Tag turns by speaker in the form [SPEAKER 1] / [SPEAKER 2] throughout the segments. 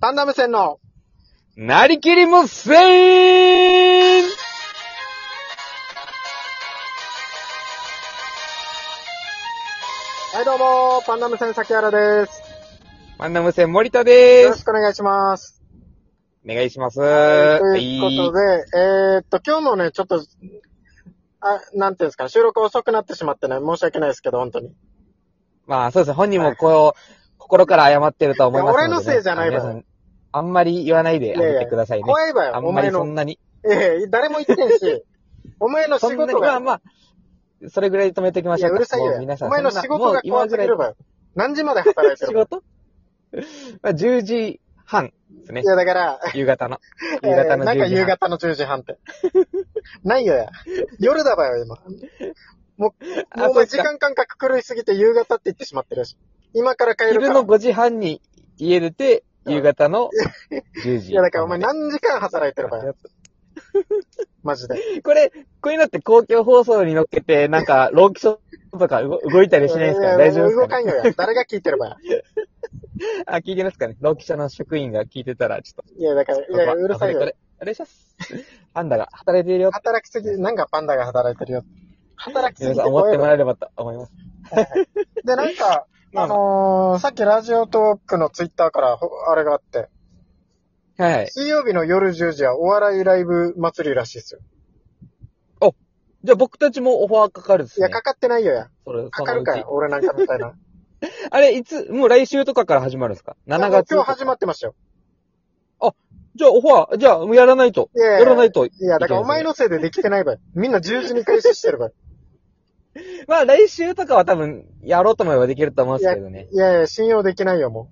[SPEAKER 1] パンダム戦の、
[SPEAKER 2] なりきりむっせーん
[SPEAKER 1] はいどうも、パンダム戦崎原です。
[SPEAKER 2] パンダム戦森田
[SPEAKER 1] よ
[SPEAKER 2] で
[SPEAKER 1] ろ
[SPEAKER 2] す。
[SPEAKER 1] しくお願いします。
[SPEAKER 2] お願いします。
[SPEAKER 1] と
[SPEAKER 2] はい
[SPEAKER 1] いうことで、えーっと、今日もね、ちょっと、あ、なんていうんですか、収録遅くなってしまってね、申し訳ないですけど、本当に。
[SPEAKER 2] まあそうですね、本人もこう、心から謝ってると思いますので、ね。
[SPEAKER 1] いや俺のせいじゃないわよ
[SPEAKER 2] 皆さんあんまり言わないであげてくださいね。
[SPEAKER 1] 怖いわよ、
[SPEAKER 2] あん
[SPEAKER 1] お
[SPEAKER 2] まり
[SPEAKER 1] 前
[SPEAKER 2] そ
[SPEAKER 1] の。
[SPEAKER 2] んなに。
[SPEAKER 1] ええ誰も言ってん し、お前の
[SPEAKER 2] そ
[SPEAKER 1] 仕
[SPEAKER 2] んなに、
[SPEAKER 1] 事
[SPEAKER 2] まあ
[SPEAKER 1] が、
[SPEAKER 2] まあ、それぐらいで止めておきま
[SPEAKER 1] い
[SPEAKER 2] しょ
[SPEAKER 1] や、
[SPEAKER 2] う
[SPEAKER 1] う
[SPEAKER 2] か。
[SPEAKER 1] るさい
[SPEAKER 2] も
[SPEAKER 1] よ
[SPEAKER 2] う皆。さん
[SPEAKER 1] お前の
[SPEAKER 2] そんな
[SPEAKER 1] 仕事
[SPEAKER 2] もう
[SPEAKER 1] が怖
[SPEAKER 2] 今
[SPEAKER 1] す
[SPEAKER 2] ぐ
[SPEAKER 1] ぎ
[SPEAKER 2] らい
[SPEAKER 1] るわよ。何時まで働いて
[SPEAKER 2] 仕
[SPEAKER 1] るの
[SPEAKER 2] 事 まあ ?10 時半ですね
[SPEAKER 1] い。や、だから、
[SPEAKER 2] 夕方の。
[SPEAKER 1] え
[SPEAKER 2] 夕方
[SPEAKER 1] ー
[SPEAKER 2] の
[SPEAKER 1] なんか
[SPEAKER 2] 10時
[SPEAKER 1] 夕
[SPEAKER 2] 半。
[SPEAKER 1] 方の10時半って。 ないよや。夜だばよ、今。もう、も
[SPEAKER 2] あ
[SPEAKER 1] うお前
[SPEAKER 2] そ
[SPEAKER 1] 時
[SPEAKER 2] っか
[SPEAKER 1] 間感覚狂いすぎて夕方って言ってしまってるし。今から帰るか
[SPEAKER 2] 昼
[SPEAKER 1] ら。
[SPEAKER 2] の5時半に家出て、夕 方の10時。
[SPEAKER 1] いや、だからお前何時間働いてるばよ。マジで。
[SPEAKER 2] これ、こういうのって公共放送に乗っけて、なんか、老基礎とか動動いたりしないですか
[SPEAKER 1] や
[SPEAKER 2] 大丈夫です
[SPEAKER 1] 動
[SPEAKER 2] か、
[SPEAKER 1] か
[SPEAKER 2] ね、
[SPEAKER 1] んよや。誰が聞いてるばよ。
[SPEAKER 2] あ、聞いてますかね老基礎の職員が聞いてたら、ちょっと。
[SPEAKER 1] いや、だ から、いやいや、うるさい
[SPEAKER 2] あこ
[SPEAKER 1] よ。
[SPEAKER 2] れ、あれします。パンダが働いているよ。
[SPEAKER 1] 働きすぎ、なんかパンダが働いてるよ。働きす
[SPEAKER 2] 皆
[SPEAKER 1] ぎて
[SPEAKER 2] さん思っ
[SPEAKER 1] 怖
[SPEAKER 2] て
[SPEAKER 1] い
[SPEAKER 2] も
[SPEAKER 1] わ
[SPEAKER 2] らえればと思います。
[SPEAKER 1] で、なんか、
[SPEAKER 2] ま
[SPEAKER 1] あ
[SPEAKER 2] あま
[SPEAKER 1] のー、さっきラジオトークのツイッターからほ、あれがあって、
[SPEAKER 2] あはい。
[SPEAKER 1] 水曜日の夜10時はお笑いライブ祭りらしいですよ。
[SPEAKER 2] じゃあ僕たちもオファーかかるです
[SPEAKER 1] い
[SPEAKER 2] ね。
[SPEAKER 1] や、かかってないよや。
[SPEAKER 2] それ
[SPEAKER 1] か
[SPEAKER 2] そ
[SPEAKER 1] か
[SPEAKER 2] の
[SPEAKER 1] る
[SPEAKER 2] う
[SPEAKER 1] か
[SPEAKER 2] ち
[SPEAKER 1] よ、。俺なんかみたい な。
[SPEAKER 2] あれ、いつ、もう来週とかから始まるんですか ?7 月
[SPEAKER 1] 今日始まってましたよ。
[SPEAKER 2] じゃあオファー、じゃあもうやらないと。
[SPEAKER 1] いやいや
[SPEAKER 2] やらないと。
[SPEAKER 1] いや、だからお前のせいでできてないばい。みんな10時に開始してるばい。
[SPEAKER 2] まあ来週とかは多分、やろうと思えばできると思うんですけどね。
[SPEAKER 1] いやいや、信用できないよ、も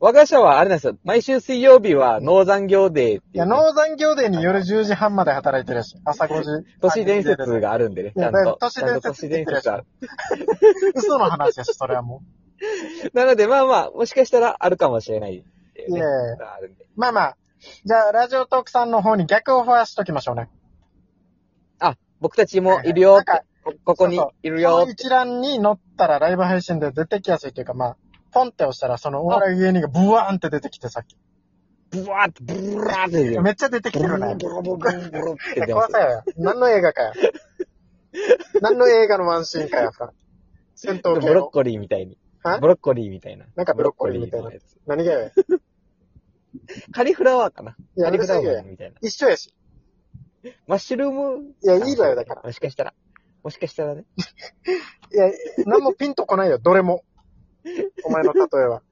[SPEAKER 2] 我が社はあれなんですよ。毎週水曜日は農産業デーっ
[SPEAKER 1] う。い
[SPEAKER 2] てい
[SPEAKER 1] や、
[SPEAKER 2] うね、
[SPEAKER 1] 農産業デーに夜10時半まで働いてるし、朝5時。
[SPEAKER 2] 都市伝説があるんでね。
[SPEAKER 1] い
[SPEAKER 2] ちゃ
[SPEAKER 1] や
[SPEAKER 2] んと。
[SPEAKER 1] 都市伝説
[SPEAKER 2] ちゃんと都市伝説が。
[SPEAKER 1] 嘘の話やし、それはも
[SPEAKER 2] なのでまあまあ、もしかしたらあるかもしれないっていうね
[SPEAKER 1] いやい
[SPEAKER 2] あるんで
[SPEAKER 1] う。まあまあ、じゃあ、ラジオトークさんの方に逆オファーしときましょうね。
[SPEAKER 2] あ、僕たちもいるよって
[SPEAKER 1] はい
[SPEAKER 2] こここに
[SPEAKER 1] そうそう
[SPEAKER 2] いる
[SPEAKER 1] そ
[SPEAKER 2] よ
[SPEAKER 1] の
[SPEAKER 2] って
[SPEAKER 1] 一覧に乗ったらライブ配信で出てきやすいというか、まあ、ポンって押したら、そのお笑い芸人がブワーンって出てきてさっき。
[SPEAKER 2] ブワーって、ブワーって出てくる。
[SPEAKER 1] めっちゃ出てき
[SPEAKER 2] ブ
[SPEAKER 1] て
[SPEAKER 2] ル
[SPEAKER 1] るね
[SPEAKER 2] ブ。ルブルブルブルって出
[SPEAKER 1] 怖
[SPEAKER 2] ます
[SPEAKER 1] さ。よ。何の映画か よ。何の映画のワンシーンかよ。戦闘系
[SPEAKER 2] ブロッ
[SPEAKER 1] の。
[SPEAKER 2] コリーみたいに
[SPEAKER 1] は。
[SPEAKER 2] ブロッコリーみたいな。
[SPEAKER 1] なんかブロッコリーみたいな
[SPEAKER 2] ブロッコリーのやつ
[SPEAKER 1] 何がよ。
[SPEAKER 2] カリフラワーかない
[SPEAKER 1] や、
[SPEAKER 2] カ
[SPEAKER 1] う
[SPEAKER 2] リ
[SPEAKER 1] る
[SPEAKER 2] フ
[SPEAKER 1] さ
[SPEAKER 2] ラ
[SPEAKER 1] い
[SPEAKER 2] ワー
[SPEAKER 1] よ。
[SPEAKER 2] みたいな。
[SPEAKER 1] 一緒やし。
[SPEAKER 2] マッシュルーム。
[SPEAKER 1] いや、いいわよ、だから。
[SPEAKER 2] もしかしたら。もしかしたらね。
[SPEAKER 1] いや、何もピンとこないよ、どれも。お前の例えは。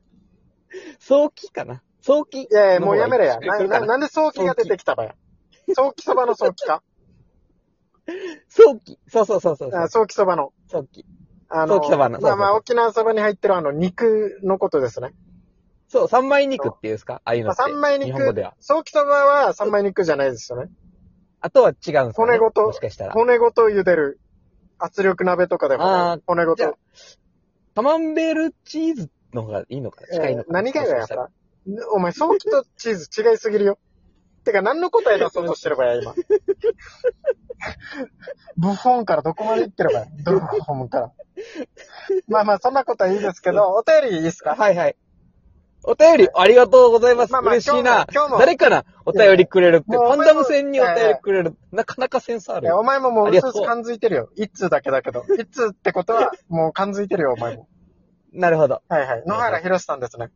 [SPEAKER 2] 早期かな早期。い
[SPEAKER 1] いやいや、もうやめろや。な、
[SPEAKER 2] る
[SPEAKER 1] な、
[SPEAKER 2] か な
[SPEAKER 1] なんで早期が出てきたばや。早期そばの早期か
[SPEAKER 2] 早期。そうそう そうそうそう
[SPEAKER 1] あ。早期そばの。
[SPEAKER 2] 早期。
[SPEAKER 1] あの、
[SPEAKER 2] 早期そばの
[SPEAKER 1] まあまあ、
[SPEAKER 2] そうそうそう
[SPEAKER 1] 沖縄そばに入ってるあの、肉のことですね。
[SPEAKER 2] そう、三枚肉っていうんですかああいうの
[SPEAKER 1] まあ、
[SPEAKER 2] って。
[SPEAKER 1] 三枚
[SPEAKER 2] 日
[SPEAKER 1] 肉
[SPEAKER 2] 本語では。。
[SPEAKER 1] 早期そばは三枚肉じゃないですよね。
[SPEAKER 2] あとは違うんですよ、ね。
[SPEAKER 1] 骨ごと
[SPEAKER 2] もしかしたら。
[SPEAKER 1] 骨ごと茹でる圧力鍋とかでも
[SPEAKER 2] あ
[SPEAKER 1] な
[SPEAKER 2] ー
[SPEAKER 1] い、骨ご
[SPEAKER 2] じゃあ
[SPEAKER 1] と。
[SPEAKER 2] カマンベールチーズの方がいいのかな近いの
[SPEAKER 1] えー
[SPEAKER 2] かな、
[SPEAKER 1] 何がよ、
[SPEAKER 2] もし
[SPEAKER 1] や
[SPEAKER 2] か
[SPEAKER 1] っ
[SPEAKER 2] したら
[SPEAKER 1] ぱ。お前、早期とチーズ違いすぎるよ。てか、何の答え出そうとしてれば や、今。ブッフォンからどこまで行ってればや。ブッフォンから。まあまあ、そんなことはいいですけど、お便りいいですか
[SPEAKER 2] はいはい。お便りありがとうございます。
[SPEAKER 1] まあまあ
[SPEAKER 2] 嬉しい
[SPEAKER 1] 今日
[SPEAKER 2] な。
[SPEAKER 1] も今日も
[SPEAKER 2] 誰からお便りくれるって、
[SPEAKER 1] もう
[SPEAKER 2] パンダム戦にお
[SPEAKER 1] お前も
[SPEAKER 2] 便りくれる。なかなかセンスあ
[SPEAKER 1] い
[SPEAKER 2] る
[SPEAKER 1] や、お
[SPEAKER 2] よ。
[SPEAKER 1] 前ももう、
[SPEAKER 2] あ
[SPEAKER 1] う
[SPEAKER 2] り
[SPEAKER 1] す
[SPEAKER 2] が
[SPEAKER 1] う
[SPEAKER 2] とう
[SPEAKER 1] す感づいてるよ。一通だけだけど。一通ってことは、もう感づいてるよ、お前も。
[SPEAKER 2] なるほど。
[SPEAKER 1] はいはい。野原博さんですね。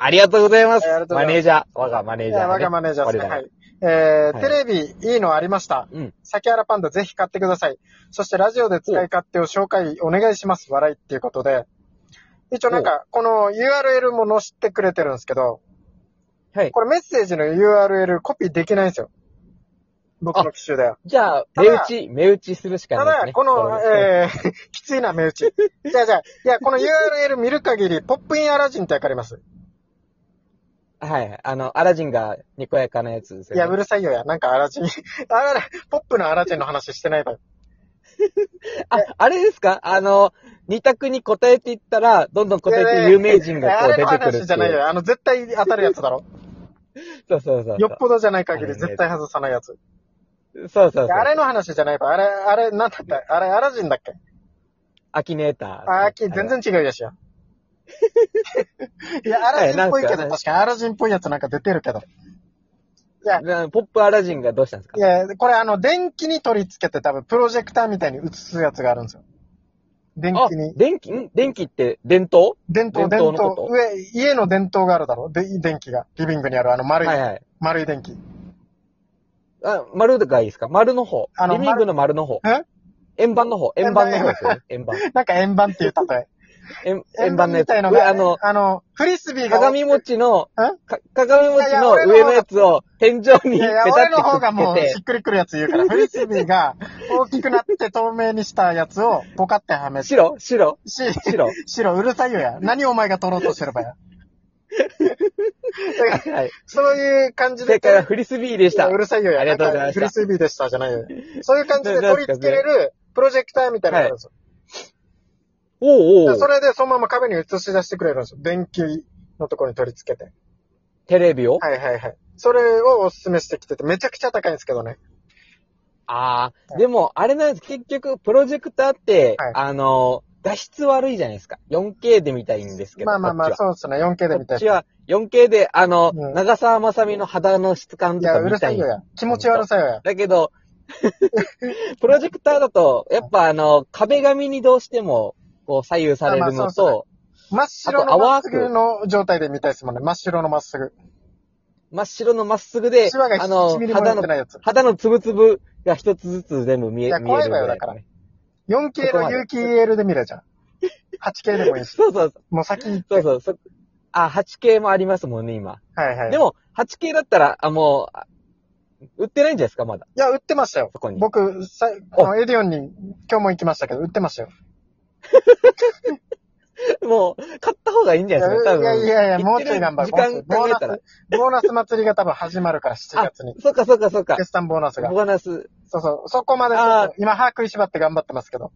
[SPEAKER 2] ありがとうございます
[SPEAKER 1] はいありが。とうござ
[SPEAKER 2] マ
[SPEAKER 1] います
[SPEAKER 2] ネージャー。我がマネージャー、ね。
[SPEAKER 1] えー我がマネージャーですね。
[SPEAKER 2] 我らが
[SPEAKER 1] はい。え
[SPEAKER 2] は
[SPEAKER 1] ー、
[SPEAKER 2] い
[SPEAKER 1] テレビいいのありました。
[SPEAKER 2] うん。
[SPEAKER 1] 先原パンダぜひ買ってください。そしてラジオで使い勝手を紹介お願いします。笑いっていうことで。一応なんか、この URL も載せてくれてるんですけど、
[SPEAKER 2] はい。
[SPEAKER 1] これメッセージの URL コピーできないんですよ。僕の機種では。
[SPEAKER 2] じゃあ、
[SPEAKER 1] た
[SPEAKER 2] 目
[SPEAKER 1] だ
[SPEAKER 2] 打ち、目打ちするしか
[SPEAKER 1] た
[SPEAKER 2] ないです
[SPEAKER 1] だ、
[SPEAKER 2] ね。
[SPEAKER 1] この、
[SPEAKER 2] そうですね
[SPEAKER 1] えー、 きついな、目打ち。じゃあじゃあ、いや、この URL 見る限り、ポップインアラジンってわかります
[SPEAKER 2] はいはい。あの、アラジンがにこやかなやつですよ、
[SPEAKER 1] い
[SPEAKER 2] ね。
[SPEAKER 1] や、うるさいよや。なんかアラジン、 あら、ポップのアラジンの話してないわよ。
[SPEAKER 2] あ、あれですかあの、二択に答えていったら、どんどん答
[SPEAKER 1] い
[SPEAKER 2] え
[SPEAKER 1] やい
[SPEAKER 2] て
[SPEAKER 1] や
[SPEAKER 2] 有名人がこ
[SPEAKER 1] あ
[SPEAKER 2] う
[SPEAKER 1] れ
[SPEAKER 2] 出
[SPEAKER 1] の
[SPEAKER 2] てくる
[SPEAKER 1] 話
[SPEAKER 2] って
[SPEAKER 1] じゃない
[SPEAKER 2] いう。
[SPEAKER 1] よ。あの、絶対当たるやつだろ。
[SPEAKER 2] そうそうそう。
[SPEAKER 1] よっぽどじゃない限
[SPEAKER 2] あ
[SPEAKER 1] り
[SPEAKER 2] のね
[SPEAKER 1] 絶対外さないやつ。
[SPEAKER 2] そうそうそう。
[SPEAKER 1] あれの話じゃないか。あれ、あれ、なんだったあれ、アラジンだっけ
[SPEAKER 2] アキネーター。
[SPEAKER 1] あー、き全然違うやしや。いや、アラジンっぽいけど、
[SPEAKER 2] はいなんか
[SPEAKER 1] 確かにアラジンっぽいやつなんか出てるけど。
[SPEAKER 2] なポップアラジンがどうしたんですか
[SPEAKER 1] いや、これあの、電気に取り付けて多分プロジェクターみたいに映すやつがあるんですよ。電
[SPEAKER 2] あ
[SPEAKER 1] 気に、。
[SPEAKER 2] 電気、ん電気って伝統
[SPEAKER 1] 電灯、
[SPEAKER 2] 電
[SPEAKER 1] 電
[SPEAKER 2] 灯の
[SPEAKER 1] 灯
[SPEAKER 2] こ。と
[SPEAKER 1] 上、家の電灯があるだろで、電気が。リビングにあるあの丸い、
[SPEAKER 2] はいはい。
[SPEAKER 1] 丸い電気。
[SPEAKER 2] あ、丸がいいですか丸の方
[SPEAKER 1] あ。の
[SPEAKER 2] リビングの丸の方。
[SPEAKER 1] え
[SPEAKER 2] 円盤の方。円盤の方ですよね。円盤。
[SPEAKER 1] なんか円盤っていう例え。
[SPEAKER 2] 円円盤のや
[SPEAKER 1] み
[SPEAKER 2] つ。
[SPEAKER 1] たいの
[SPEAKER 2] 上
[SPEAKER 1] が、
[SPEAKER 2] あの、
[SPEAKER 1] あの、フリスビーが、
[SPEAKER 2] 鏡餅の、
[SPEAKER 1] え
[SPEAKER 2] か鏡餅の
[SPEAKER 1] いやいや
[SPEAKER 2] 上のやつを
[SPEAKER 1] い
[SPEAKER 2] 天井にペ
[SPEAKER 1] やいや、
[SPEAKER 2] タ
[SPEAKER 1] 俺の方が
[SPEAKER 2] ッ
[SPEAKER 1] もう
[SPEAKER 2] とくっつ
[SPEAKER 1] しっくりくるやつ言うから、フリスビーが大きくなって透明にしたやつをポカってはめ
[SPEAKER 2] けて、
[SPEAKER 1] し、
[SPEAKER 2] 白白 白
[SPEAKER 1] 白うるさいよや。何お前が取ろうとしてればや。だから
[SPEAKER 2] はい。
[SPEAKER 1] そういう感じで。
[SPEAKER 2] 正解はフリスビーでした
[SPEAKER 1] う。るさいよや。
[SPEAKER 2] ありがとうございました
[SPEAKER 1] なんかフリスビーでしたじゃないよ。そういう感じで取り付けれるプロジェクターみたいなのがあるんですよ。
[SPEAKER 2] おうお
[SPEAKER 1] でそうれでそのまま壁に映し出してくれるんですよ。電球のところに取り付けて。
[SPEAKER 2] テレビを、
[SPEAKER 1] はいはいはい。それをお勧めしてきてて、めちゃくちゃ高いんですけどね。
[SPEAKER 2] ああ、でも、あれなんです。結局、プロジェクターって、
[SPEAKER 1] はい
[SPEAKER 2] あの、画質悪いじゃないですか。4K で見たいんですけど。
[SPEAKER 1] まあまあま
[SPEAKER 2] こ
[SPEAKER 1] あ、
[SPEAKER 2] っちは
[SPEAKER 1] そうですね。4K で
[SPEAKER 2] こ
[SPEAKER 1] 見た
[SPEAKER 2] っ
[SPEAKER 1] い
[SPEAKER 2] ち。は 4K で、あの、
[SPEAKER 1] うん
[SPEAKER 2] 長澤まさみの肌の質感
[SPEAKER 1] い
[SPEAKER 2] と
[SPEAKER 1] や、
[SPEAKER 2] か
[SPEAKER 1] う
[SPEAKER 2] 見
[SPEAKER 1] る
[SPEAKER 2] た
[SPEAKER 1] さ
[SPEAKER 2] い
[SPEAKER 1] い
[SPEAKER 2] ん
[SPEAKER 1] よ
[SPEAKER 2] です
[SPEAKER 1] や。気持ち悪さよや。
[SPEAKER 2] だけど、 プロジェクターだと、やっぱあの、壁紙にどうしても、こう、左右される
[SPEAKER 1] ま
[SPEAKER 2] の
[SPEAKER 1] あそう
[SPEAKER 2] と、
[SPEAKER 1] 真っ白の
[SPEAKER 2] あと
[SPEAKER 1] まっ
[SPEAKER 2] 淡
[SPEAKER 1] す
[SPEAKER 2] く
[SPEAKER 1] ぐの状態で見たいですもんね。真っ白のまっすぐ。
[SPEAKER 2] 真っ白のまっすぐで、
[SPEAKER 1] シワが
[SPEAKER 2] あ
[SPEAKER 1] 1
[SPEAKER 2] の
[SPEAKER 1] ミリ、も入
[SPEAKER 2] 肌
[SPEAKER 1] って
[SPEAKER 2] の、
[SPEAKER 1] ないやつ。
[SPEAKER 2] 肌のつぶつぶが一つずつ全部見
[SPEAKER 1] い
[SPEAKER 2] え、
[SPEAKER 1] や
[SPEAKER 2] 見え
[SPEAKER 1] 怖い
[SPEAKER 2] るぐ
[SPEAKER 1] わよ
[SPEAKER 2] らい
[SPEAKER 1] だから
[SPEAKER 2] のね。
[SPEAKER 1] 4K の有機 EL で見れじゃん。8K でもいいし。
[SPEAKER 2] そうそう、
[SPEAKER 1] もう先行って。
[SPEAKER 2] そうそう、そあ、8K もありますもんね、今。
[SPEAKER 1] はいはい。
[SPEAKER 2] でも、8K だったら、あ、もうあ、売ってないんじゃないですか、まだ。
[SPEAKER 1] いや、売ってましたよ
[SPEAKER 2] そこ。に
[SPEAKER 1] 僕、さこのエディオンに今日も行きましたけど、売ってましたよ。
[SPEAKER 2] もう、買った方がいいんじ
[SPEAKER 1] い
[SPEAKER 2] ゃない
[SPEAKER 1] や
[SPEAKER 2] です
[SPEAKER 1] い
[SPEAKER 2] か、多分。
[SPEAKER 1] やいやいや、もうちょい頑張る。
[SPEAKER 2] 時間
[SPEAKER 1] もう
[SPEAKER 2] 考
[SPEAKER 1] ちょい
[SPEAKER 2] えたら。
[SPEAKER 1] ボーナス、ボーナス祭りが多分始まるから、7
[SPEAKER 2] あ
[SPEAKER 1] 月に。、
[SPEAKER 2] そっかそっかそっか。
[SPEAKER 1] 決算ボーナスが。
[SPEAKER 2] ボーナス、
[SPEAKER 1] そうそう。そこまでちょっと
[SPEAKER 2] あー
[SPEAKER 1] 今、歯食いしばって頑張ってますけど。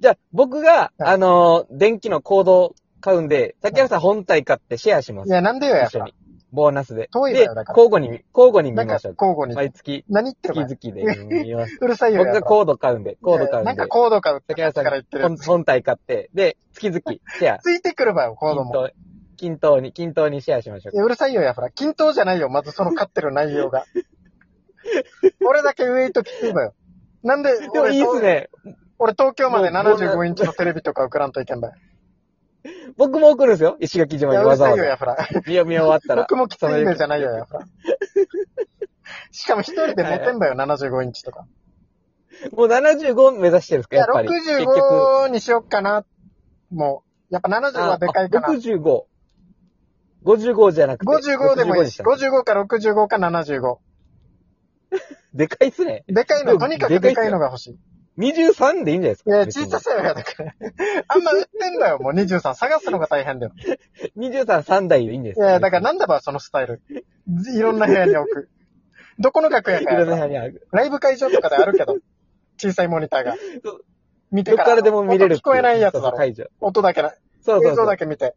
[SPEAKER 2] じゃあ、僕が、
[SPEAKER 1] い
[SPEAKER 2] あのー電気のコード買うんで、竹原さん本体買ってシェアしま
[SPEAKER 1] い
[SPEAKER 2] す。
[SPEAKER 1] や、なんでよ、やっ
[SPEAKER 2] 一緒
[SPEAKER 1] ぱ
[SPEAKER 2] に。。ボーナスで。
[SPEAKER 1] 遠いわ
[SPEAKER 2] で
[SPEAKER 1] よだ、から
[SPEAKER 2] 交互に、交互に
[SPEAKER 1] な
[SPEAKER 2] 見
[SPEAKER 1] んか
[SPEAKER 2] ましょ
[SPEAKER 1] 交
[SPEAKER 2] う。
[SPEAKER 1] 互に。
[SPEAKER 2] 毎月、
[SPEAKER 1] 何言ってる
[SPEAKER 2] 月
[SPEAKER 1] の
[SPEAKER 2] 々で見ます。
[SPEAKER 1] うるさいよ。
[SPEAKER 2] 僕がコード買うんで、コード買うん
[SPEAKER 1] なんか
[SPEAKER 2] で。
[SPEAKER 1] コード買うって
[SPEAKER 2] 竹
[SPEAKER 1] さっきか
[SPEAKER 2] 原
[SPEAKER 1] ら
[SPEAKER 2] さ
[SPEAKER 1] 言ってる
[SPEAKER 2] ん
[SPEAKER 1] や
[SPEAKER 2] 本、
[SPEAKER 1] つ。
[SPEAKER 2] 本体買って、で、月々シェア。
[SPEAKER 1] ついてくるわよ、コード
[SPEAKER 2] 均
[SPEAKER 1] も。
[SPEAKER 2] 等、均等に、均等にシェアしましょ
[SPEAKER 1] いや、うるさいよ、やふら。均等じゃないよ、まずその買ってる内 容が。俺だけウェイトきついわよ。なんで、
[SPEAKER 2] う。でもいいっすね。
[SPEAKER 1] 俺東京まで
[SPEAKER 2] もう
[SPEAKER 1] 75インチのテレビとか送らんといけんばい。
[SPEAKER 2] 僕も送るんですよ。石垣
[SPEAKER 1] い
[SPEAKER 2] 島に
[SPEAKER 1] や、う
[SPEAKER 2] わ
[SPEAKER 1] る
[SPEAKER 2] ざ
[SPEAKER 1] さいよ、
[SPEAKER 2] わざ。
[SPEAKER 1] やふら。
[SPEAKER 2] 見よ見終わったら。
[SPEAKER 1] 僕もきつい
[SPEAKER 2] その
[SPEAKER 1] 夢じゃないよ、やふら。しかも一人で持てんばよ、75インチとか。
[SPEAKER 2] もう75目指してるんです
[SPEAKER 1] い
[SPEAKER 2] か、や
[SPEAKER 1] や、
[SPEAKER 2] っぱり。結局。
[SPEAKER 1] 65にしよっかな。もう、やっぱ70はでかいかな。
[SPEAKER 2] 65。55じゃなくて。
[SPEAKER 1] 55でもいい
[SPEAKER 2] にし
[SPEAKER 1] し、
[SPEAKER 2] たの
[SPEAKER 1] 55か65か75。
[SPEAKER 2] でかいっすね。
[SPEAKER 1] でかい
[SPEAKER 2] で
[SPEAKER 1] の、
[SPEAKER 2] も
[SPEAKER 1] とにかく
[SPEAKER 2] でかい
[SPEAKER 1] で
[SPEAKER 2] っすよ
[SPEAKER 1] かいのが欲しい。
[SPEAKER 2] 23でいいんじゃないです
[SPEAKER 1] い
[SPEAKER 2] か
[SPEAKER 1] や、
[SPEAKER 2] 別
[SPEAKER 1] 小
[SPEAKER 2] に
[SPEAKER 1] ささよ、やだから。 あんま売ってんだよ、もう23。探すのが大変だよ。
[SPEAKER 2] 23、3台でいいんです
[SPEAKER 1] いや、だからなんだば、そのスタイル。いろんな部屋に置く。どこの楽屋
[SPEAKER 2] い
[SPEAKER 1] か
[SPEAKER 2] ろんな部
[SPEAKER 1] や。
[SPEAKER 2] 屋にある。
[SPEAKER 1] ライブ会場とかであるけ ど、小さいモニターが。見て
[SPEAKER 2] どっ
[SPEAKER 1] から。
[SPEAKER 2] からでも見れるっ
[SPEAKER 1] 音
[SPEAKER 2] て
[SPEAKER 1] 聞こえないやつだ
[SPEAKER 2] そうそう
[SPEAKER 1] ろ。
[SPEAKER 2] 会場。
[SPEAKER 1] 音だけな。
[SPEAKER 2] そうそ
[SPEAKER 1] 映
[SPEAKER 2] うそ
[SPEAKER 1] 像
[SPEAKER 2] う
[SPEAKER 1] だけ見て。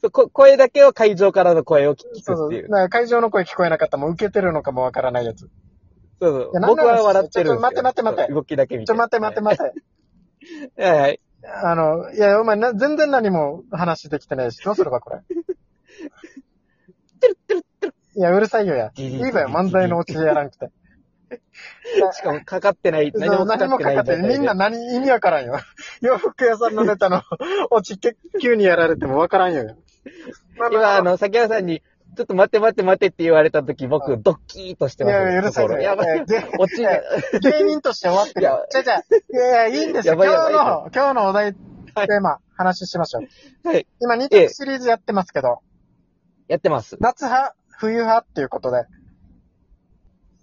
[SPEAKER 2] そうこ声だけは会場からの声を聞
[SPEAKER 1] そ
[SPEAKER 2] く
[SPEAKER 1] う
[SPEAKER 2] っ
[SPEAKER 1] そ。
[SPEAKER 2] ていうう。
[SPEAKER 1] だから会場の声聞こえなかったもん受けてるのかもわからないやつ。ち
[SPEAKER 2] そう
[SPEAKER 1] い
[SPEAKER 2] そ
[SPEAKER 1] や
[SPEAKER 2] う。
[SPEAKER 1] なんな
[SPEAKER 2] 僕
[SPEAKER 1] ら
[SPEAKER 2] は笑ってるんですよ。
[SPEAKER 1] ちょちょ待って待って待って
[SPEAKER 2] 動きだけ見て。
[SPEAKER 1] ょ、待って待って待って。
[SPEAKER 2] て。はいはい。
[SPEAKER 1] あの、いや、お前な、全然何も話できてないし、どうすればこれ。いや、うるさいよや。いいわよ、漫才のオチやらんくて。
[SPEAKER 2] しかもかかってない。 何
[SPEAKER 1] そう
[SPEAKER 2] もか
[SPEAKER 1] 何
[SPEAKER 2] か
[SPEAKER 1] も
[SPEAKER 2] って
[SPEAKER 1] か
[SPEAKER 2] ない
[SPEAKER 1] か
[SPEAKER 2] 状
[SPEAKER 1] って
[SPEAKER 2] 態
[SPEAKER 1] ない。
[SPEAKER 2] で。
[SPEAKER 1] みんな何、意味わからんよ。 洋服屋さんのネタの オチ、結構急にやられてもわからんよ。まま
[SPEAKER 2] 今、あの、崎原さんに、ちょっと待って待って待ってって言われた時、僕、ドッキーとして
[SPEAKER 1] い
[SPEAKER 2] ました
[SPEAKER 1] や、許さ
[SPEAKER 2] 心
[SPEAKER 1] ない。
[SPEAKER 2] やばい。
[SPEAKER 1] いや
[SPEAKER 2] 落ちが。
[SPEAKER 1] 芸人として終わってる
[SPEAKER 2] い
[SPEAKER 1] よ。じゃじゃいやいや、いいんですよ。
[SPEAKER 2] やば
[SPEAKER 1] 今
[SPEAKER 2] い
[SPEAKER 1] 日
[SPEAKER 2] やばい
[SPEAKER 1] の、今日のお題、テ
[SPEAKER 2] はい
[SPEAKER 1] ーマ、話しましょう。
[SPEAKER 2] はい。
[SPEAKER 1] 今、2
[SPEAKER 2] え
[SPEAKER 1] 択
[SPEAKER 2] え
[SPEAKER 1] シリーズやってますけど、
[SPEAKER 2] やってます。
[SPEAKER 1] 夏派、冬派っていうことで、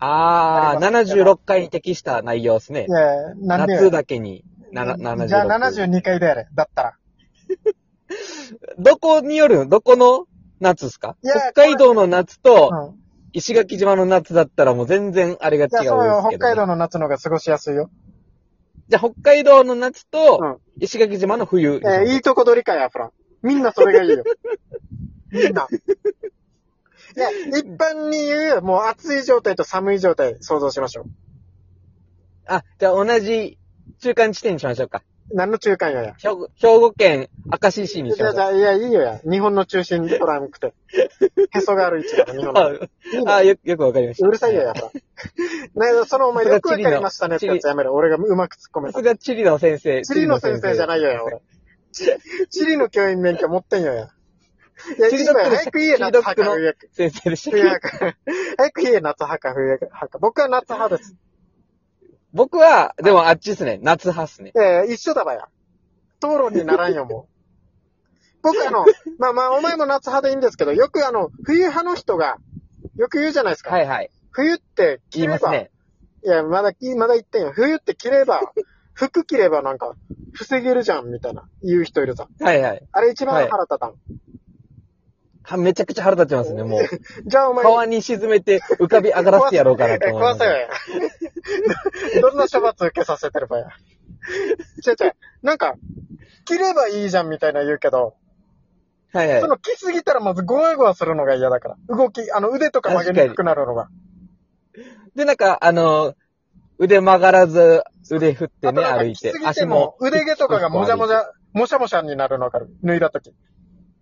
[SPEAKER 2] あー、76回に適した内容ですね
[SPEAKER 1] い。や、なんでよ
[SPEAKER 2] 夏だけに、なな76。
[SPEAKER 1] じゃあ72回でやれ、だったら。
[SPEAKER 2] どこによるのどこの夏ですか
[SPEAKER 1] いや
[SPEAKER 2] 北海道の夏と
[SPEAKER 1] うん。
[SPEAKER 2] 石垣島の夏だったらもう全然あれが違うん
[SPEAKER 1] じゃあ
[SPEAKER 2] ですけ
[SPEAKER 1] そう
[SPEAKER 2] ど、
[SPEAKER 1] よ、北海道の夏の方が過ごしやすい よ。
[SPEAKER 2] じゃあ北海道の夏
[SPEAKER 1] う
[SPEAKER 2] と
[SPEAKER 1] ん
[SPEAKER 2] 石垣島の冬。
[SPEAKER 1] えーいいとこ取りかや、フラン。みんなそれがいい よ。みんな。いや、一般に言う、もう暑い状態と寒い状態想像しましょう。
[SPEAKER 2] あ、じゃあ同じ中間地点にしましょうか。
[SPEAKER 1] 何の中間よや。
[SPEAKER 2] 兵庫兵庫県明石市
[SPEAKER 1] い
[SPEAKER 2] にしま
[SPEAKER 1] や、
[SPEAKER 2] し
[SPEAKER 1] じゃ
[SPEAKER 2] ょう。
[SPEAKER 1] あいや、いいよや。日本の中心取らんくて。へそがある位置だから、日本 の。いい
[SPEAKER 2] あ、
[SPEAKER 1] ね
[SPEAKER 2] あよよくわかりました。
[SPEAKER 1] うるさいよ、やっ ぱ。ね、そのお前、
[SPEAKER 2] さすが
[SPEAKER 1] よくわかりましたねってやつやめろ。俺がうまく突っ込め
[SPEAKER 2] さ
[SPEAKER 1] た
[SPEAKER 2] す。が地理の先生。
[SPEAKER 1] 地理の先生じゃないよや、俺。地理の教員免許持ってんよや。いや、
[SPEAKER 2] 地理
[SPEAKER 1] 今
[SPEAKER 2] ドックで
[SPEAKER 1] 早く言え、
[SPEAKER 2] 地理
[SPEAKER 1] 夏
[SPEAKER 2] ドッ
[SPEAKER 1] 派
[SPEAKER 2] ク
[SPEAKER 1] か
[SPEAKER 2] の
[SPEAKER 1] 冬か。
[SPEAKER 2] 先生でしたっ
[SPEAKER 1] 冬
[SPEAKER 2] け。
[SPEAKER 1] か。早く言え、夏派か冬派か。僕は夏派です。
[SPEAKER 2] 僕は、でもあっちですね。夏派っすね。
[SPEAKER 1] えー、一緒だばや。討論にならんよ、もう。僕あの、まあまあ、お前も夏派でいいんですけど、よくあの、冬派の人が、よく言うじゃないですか。
[SPEAKER 2] はいはい。
[SPEAKER 1] 冬って着
[SPEAKER 2] 言い
[SPEAKER 1] れば、
[SPEAKER 2] ますね。
[SPEAKER 1] いや、まだ、まだ言ってんよ。冬って着 れば、服着ればなんか、防げるじゃん、みたいな、言う人いるさ。
[SPEAKER 2] はいはい。
[SPEAKER 1] あれ一番腹立たん。
[SPEAKER 2] はめちゃくちゃ腹立ちますね、もう。
[SPEAKER 1] じゃあお前、
[SPEAKER 2] 川に沈めて浮かび上がらせてやろうかなと思いま
[SPEAKER 1] 壊
[SPEAKER 2] す
[SPEAKER 1] せ。よや。 どんな処罰受けさせてればや。違う違う。なんか、着ればいいじゃんみたいな言うけど、
[SPEAKER 2] はい
[SPEAKER 1] そ
[SPEAKER 2] はい。
[SPEAKER 1] の着すぎたらまずゴワゴワするのが嫌だから。動き、あの腕とか曲げにくくなるのが。
[SPEAKER 2] で、なんか、あの、腕曲がらず、腕振って
[SPEAKER 1] あと
[SPEAKER 2] ね、
[SPEAKER 1] なんか
[SPEAKER 2] 歩い
[SPEAKER 1] 着
[SPEAKER 2] て
[SPEAKER 1] す。ぎて
[SPEAKER 2] 足
[SPEAKER 1] も
[SPEAKER 2] も。
[SPEAKER 1] 腕毛とかがもじゃもじ
[SPEAKER 2] ゃ。
[SPEAKER 1] ゃ、もしゃもしゃになるのわかる。脱いだとき。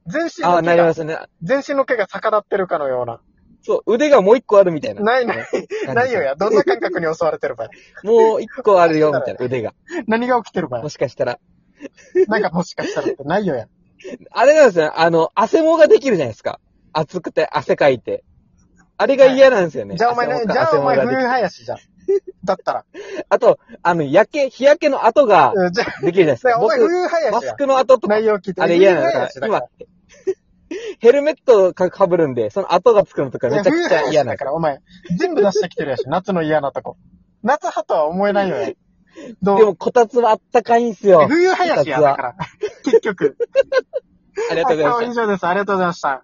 [SPEAKER 1] 全身
[SPEAKER 2] あ
[SPEAKER 1] の
[SPEAKER 2] あ、
[SPEAKER 1] 毛
[SPEAKER 2] なり
[SPEAKER 1] が
[SPEAKER 2] ま、すね。
[SPEAKER 1] 全身の毛が逆立ってるかのような。
[SPEAKER 2] そう、腕がもう一個あるみたいな。
[SPEAKER 1] ないない、ないよや。どんな感覚に襲われてるばや。
[SPEAKER 2] もう一個あるよ、みたいな、腕が。
[SPEAKER 1] 何が起きてるばや
[SPEAKER 2] も。しかしたら。
[SPEAKER 1] なんかもしかしたらってないよや。
[SPEAKER 2] あれなんですよ。あの、汗もができるじゃないですか。暑くて汗かいて。あれが嫌なんですよね。
[SPEAKER 1] じゃあお前ね
[SPEAKER 2] 汗、も
[SPEAKER 1] じ
[SPEAKER 2] が
[SPEAKER 1] ゃあお前
[SPEAKER 2] 汗もがで
[SPEAKER 1] 冬林じゃん。 だったら。
[SPEAKER 2] きあと、あの、焼け、日焼けの跡が
[SPEAKER 1] うんじゃあ、
[SPEAKER 2] できるじゃないです
[SPEAKER 1] だから
[SPEAKER 2] か。
[SPEAKER 1] お前
[SPEAKER 2] 僕、
[SPEAKER 1] 冬
[SPEAKER 2] マ
[SPEAKER 1] 林や
[SPEAKER 2] ス。クの跡とか、
[SPEAKER 1] 内容聞いて。
[SPEAKER 2] あれ嫌なん
[SPEAKER 1] 冬
[SPEAKER 2] で
[SPEAKER 1] 林
[SPEAKER 2] すよ。
[SPEAKER 1] だから
[SPEAKER 2] 今、 ヘルメットかかぶるんで、その跡がつくのとか
[SPEAKER 1] いや
[SPEAKER 2] めちゃくちゃ嫌なん
[SPEAKER 1] だ
[SPEAKER 2] です
[SPEAKER 1] か
[SPEAKER 2] よ。
[SPEAKER 1] ら、お前、全部出してきてるや し、夏の嫌なとこ。夏派とは思えないよね。どう
[SPEAKER 2] でも、こたつはあったかいんすよ。
[SPEAKER 1] 冬林や、だから。結局。
[SPEAKER 2] ありがとうございまし
[SPEAKER 1] あ
[SPEAKER 2] た
[SPEAKER 1] 以。上です。ありがとうございました。